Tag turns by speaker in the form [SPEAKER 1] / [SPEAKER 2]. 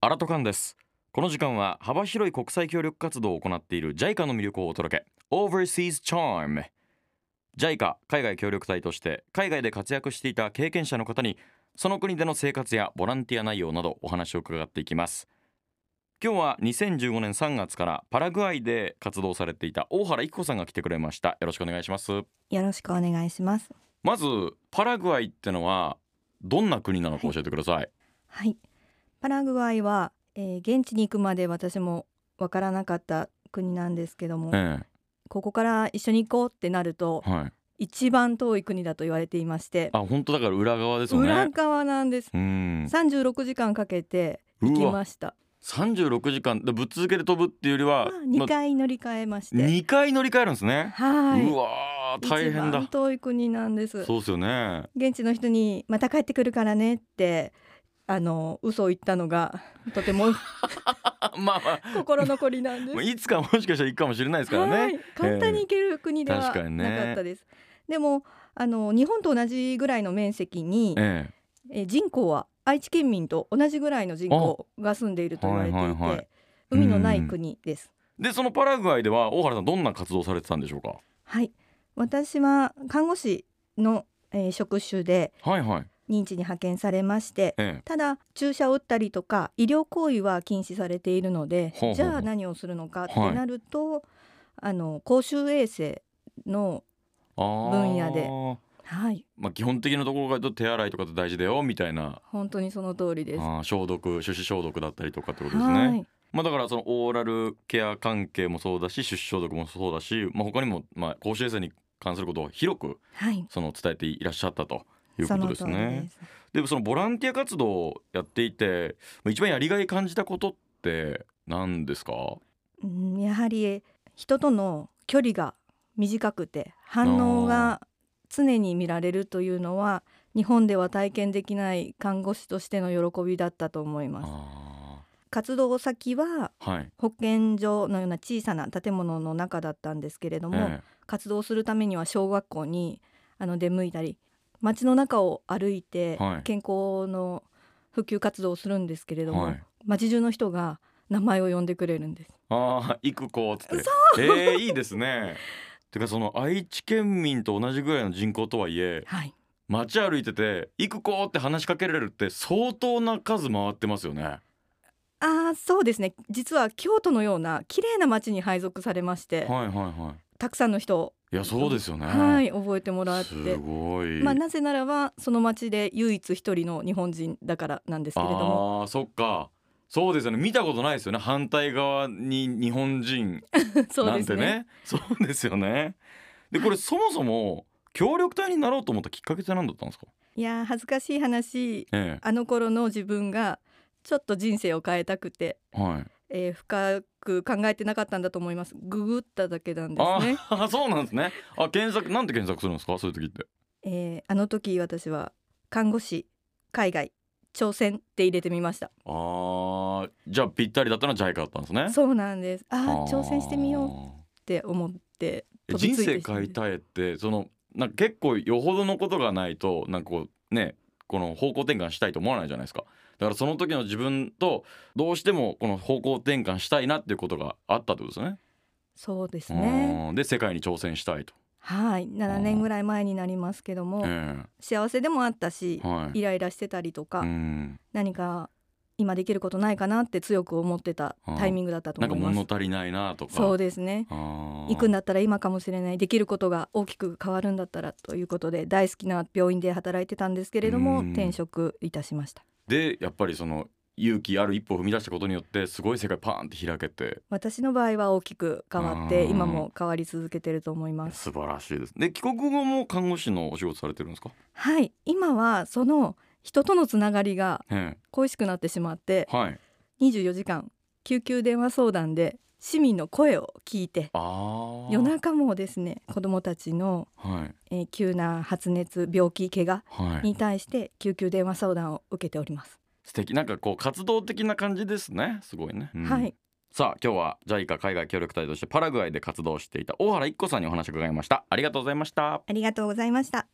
[SPEAKER 1] アラトカンですこの時間は幅広い国際協力活動を行っている JICA の魅力をお届け Overseas Charm JICA 海外協力隊として海外で活躍していた経験者の方にその国での生活やボランティア内容などお話を伺っていきます今日は2015年3月からパラグアイで活動されていた大原育子さんが来てくれましたよろしくお願いします
[SPEAKER 2] よろしくお願いします。
[SPEAKER 1] まずパラグアイってのはどんな国なのか教えてください
[SPEAKER 2] はい。パラグアイは、えー現地に行くまで私もわからなかった国なんですけども、
[SPEAKER 1] え
[SPEAKER 2] ここから一緒に行こうってなると
[SPEAKER 1] え、はい。
[SPEAKER 2] 一番遠い国だと言われていまして、
[SPEAKER 1] あ、本当だから裏側ですよね。
[SPEAKER 2] 裏側なんです。
[SPEAKER 1] うん。
[SPEAKER 2] 36時間かけて
[SPEAKER 1] う
[SPEAKER 2] 行き
[SPEAKER 1] わ
[SPEAKER 2] ました。
[SPEAKER 1] 三十六時間でぶっ続けで飛ぶっていうよりは
[SPEAKER 2] まあ、2回乗り換えまして、
[SPEAKER 1] 二回乗り換えるんですね。
[SPEAKER 2] は
[SPEAKER 1] う
[SPEAKER 2] い。
[SPEAKER 1] わー大変
[SPEAKER 2] 一
[SPEAKER 1] だ
[SPEAKER 2] 番。遠い国なんです。
[SPEAKER 1] そうですよね。
[SPEAKER 2] 現地の人にまた帰ってくるからねって。あの嘘を言ったのがと ても
[SPEAKER 1] あまあまあ
[SPEAKER 2] 心残りなんです
[SPEAKER 1] まあ、いつかもしかしたら行くかもしれないですから
[SPEAKER 2] は
[SPEAKER 1] ね。
[SPEAKER 2] い、簡単に行ける国ではな
[SPEAKER 1] 確
[SPEAKER 2] か
[SPEAKER 1] かにね
[SPEAKER 2] ったです。でもあの日本と同じぐらいの面積に、
[SPEAKER 1] え
[SPEAKER 2] えー人口は愛知県民と同じぐらいの人口が住んでいると言われていて、
[SPEAKER 1] はいはいはい
[SPEAKER 2] 海のない国です。
[SPEAKER 1] え。でそのパラグアイでは大原さんどんな活動されてたんでしょうか。
[SPEAKER 2] はい、私は看護師の、えー職種で
[SPEAKER 1] はいはい。
[SPEAKER 2] 認知に派遣されまして。
[SPEAKER 1] え
[SPEAKER 2] ただ注射を打ったりとか医療行為は禁止されているので
[SPEAKER 1] ほうほうほう
[SPEAKER 2] じゃあ何をするのかって
[SPEAKER 1] はい
[SPEAKER 2] なると、あの公衆衛生の、
[SPEAKER 1] え。あー
[SPEAKER 2] 分野で。はい、
[SPEAKER 1] まあ基本的なところが言うと手洗いとかって大事だよみたいな。
[SPEAKER 2] 本当にその通りです。
[SPEAKER 1] あー消毒手指消毒だったりとかってことですね。
[SPEAKER 2] はい、
[SPEAKER 1] まあ、だからそのオーラルケア関係もそうだし出生毒もそうだし、まあ、他にもまあ公衆衛生に関することを広く
[SPEAKER 2] はい、
[SPEAKER 1] その伝えていらっしゃったという
[SPEAKER 2] そ
[SPEAKER 1] こと
[SPEAKER 2] の
[SPEAKER 1] で
[SPEAKER 2] 通
[SPEAKER 1] す
[SPEAKER 2] り
[SPEAKER 1] ね
[SPEAKER 2] で。す。
[SPEAKER 1] でそのボランティア活動をやっていてまあ一番やりがい感じたことって何ですか
[SPEAKER 2] うん、やはり人との距離が短くて反応が常に見られるというのは日本では体験できない看護師としての喜びだったと思います。
[SPEAKER 1] あ
[SPEAKER 2] 活動先は
[SPEAKER 1] ーはい、
[SPEAKER 2] 保健所のような小さな建物の中だったんですけれども、
[SPEAKER 1] え
[SPEAKER 2] 活動するためには小学校にあの出向いたり街の中を歩いて
[SPEAKER 1] はい
[SPEAKER 2] 健康の普及活動をするんですけれ
[SPEAKER 1] え
[SPEAKER 2] ども、
[SPEAKER 1] はい、
[SPEAKER 2] 街中の人が名前を呼んでくれるんです。
[SPEAKER 1] ああ育子っつってええいいですね。てかその愛知県民と同じぐらいの人口とはいえ
[SPEAKER 2] はい、
[SPEAKER 1] 街歩いてて「行く子!」って話しかけられるって相当な数回ってますよね。
[SPEAKER 2] ああそうですね実は京都のような綺麗な街に配属されまして、
[SPEAKER 1] はいはいはい。
[SPEAKER 2] たくさんの人を、
[SPEAKER 1] いやそうですよね。
[SPEAKER 2] はい、覚えてもらっ
[SPEAKER 1] す
[SPEAKER 2] て、
[SPEAKER 1] ごい。
[SPEAKER 2] まあ、なぜならばその街で唯一一人の日本人だからなんですけれども
[SPEAKER 1] ああそっか。そうですよね見たことないですよね反対側に日本人
[SPEAKER 2] そう
[SPEAKER 1] な
[SPEAKER 2] で
[SPEAKER 1] んて
[SPEAKER 2] すね
[SPEAKER 1] ねそうですよねでこれそもそも協力隊になろうと思ったきっかけって何だったんですか、
[SPEAKER 2] いやー恥ずかしい話
[SPEAKER 1] え
[SPEAKER 2] あの頃の自分がちょっと人生を変えたくて、
[SPEAKER 1] えはい、
[SPEAKER 2] えー深く考えてなかったんだと思いますググっただけなんです
[SPEAKER 1] あ
[SPEAKER 2] ね
[SPEAKER 1] あそうなんですねあ検索なんて検索するんですかそういう時って
[SPEAKER 2] えーあの時私は看護師海外挑戦って入れてみました
[SPEAKER 1] あーじゃあぴったりだったのは JICA だったんですね
[SPEAKER 2] そうなんですあ
[SPEAKER 1] あ
[SPEAKER 2] あ
[SPEAKER 1] ー
[SPEAKER 2] 挑戦してみようって思って飛び
[SPEAKER 1] 人
[SPEAKER 2] ついて
[SPEAKER 1] 生
[SPEAKER 2] しまう
[SPEAKER 1] 変えたいってそのなんか結構よほどのことがないとなんかこうねこの方向転換したいと思わないじゃないですかだからその時の自分とどうしてもこの方向転換したいなっていうことがあったってことですね
[SPEAKER 2] そうですね
[SPEAKER 1] うんで世界に挑戦したいと、
[SPEAKER 2] はい7年ぐらい前になりますけども
[SPEAKER 1] え
[SPEAKER 2] 幸せでもあったし
[SPEAKER 1] えはい
[SPEAKER 2] イライラしてたりとか、
[SPEAKER 1] うん
[SPEAKER 2] 何か今できることないかなって強く思ってたタイミングだったと
[SPEAKER 1] なん
[SPEAKER 2] 思
[SPEAKER 1] か
[SPEAKER 2] います
[SPEAKER 1] 物足りないなとか
[SPEAKER 2] そうですね行
[SPEAKER 1] 行
[SPEAKER 2] くん
[SPEAKER 1] ん
[SPEAKER 2] だったら今かもしれないできることが大きく変わるんだったらということで大好きな病院で働いてたんですけれども
[SPEAKER 1] うん
[SPEAKER 2] 転職いたしました
[SPEAKER 1] でやっぱりその勇気ある一歩を踏み出したことによってすごい世界パーンって開けて
[SPEAKER 2] 私の場合は大きく変わって
[SPEAKER 1] うん
[SPEAKER 2] 今も変わり続けてると思います
[SPEAKER 1] 素晴らしいですで帰国後も看護師のお仕事されてるんですか、
[SPEAKER 2] はい今はその人とのつながりが
[SPEAKER 1] え
[SPEAKER 2] 恋しくなってしまって
[SPEAKER 1] えはい
[SPEAKER 2] 24時間救急電話相談で市民の声を聞いて
[SPEAKER 1] ああ
[SPEAKER 2] 夜中もですね子どもたちの、
[SPEAKER 1] はい
[SPEAKER 2] えー急な発熱病気怪我
[SPEAKER 1] はい
[SPEAKER 2] に対して救急電話相談を受けております、
[SPEAKER 1] 素敵なんかこう活動的な感じですねすごいね、うん
[SPEAKER 2] はい
[SPEAKER 1] さあ今日は JICA 海外協力隊としてパラグアイで活動していた大原一子さんにお話を伺いましたありがとうございました
[SPEAKER 2] ありがとうございました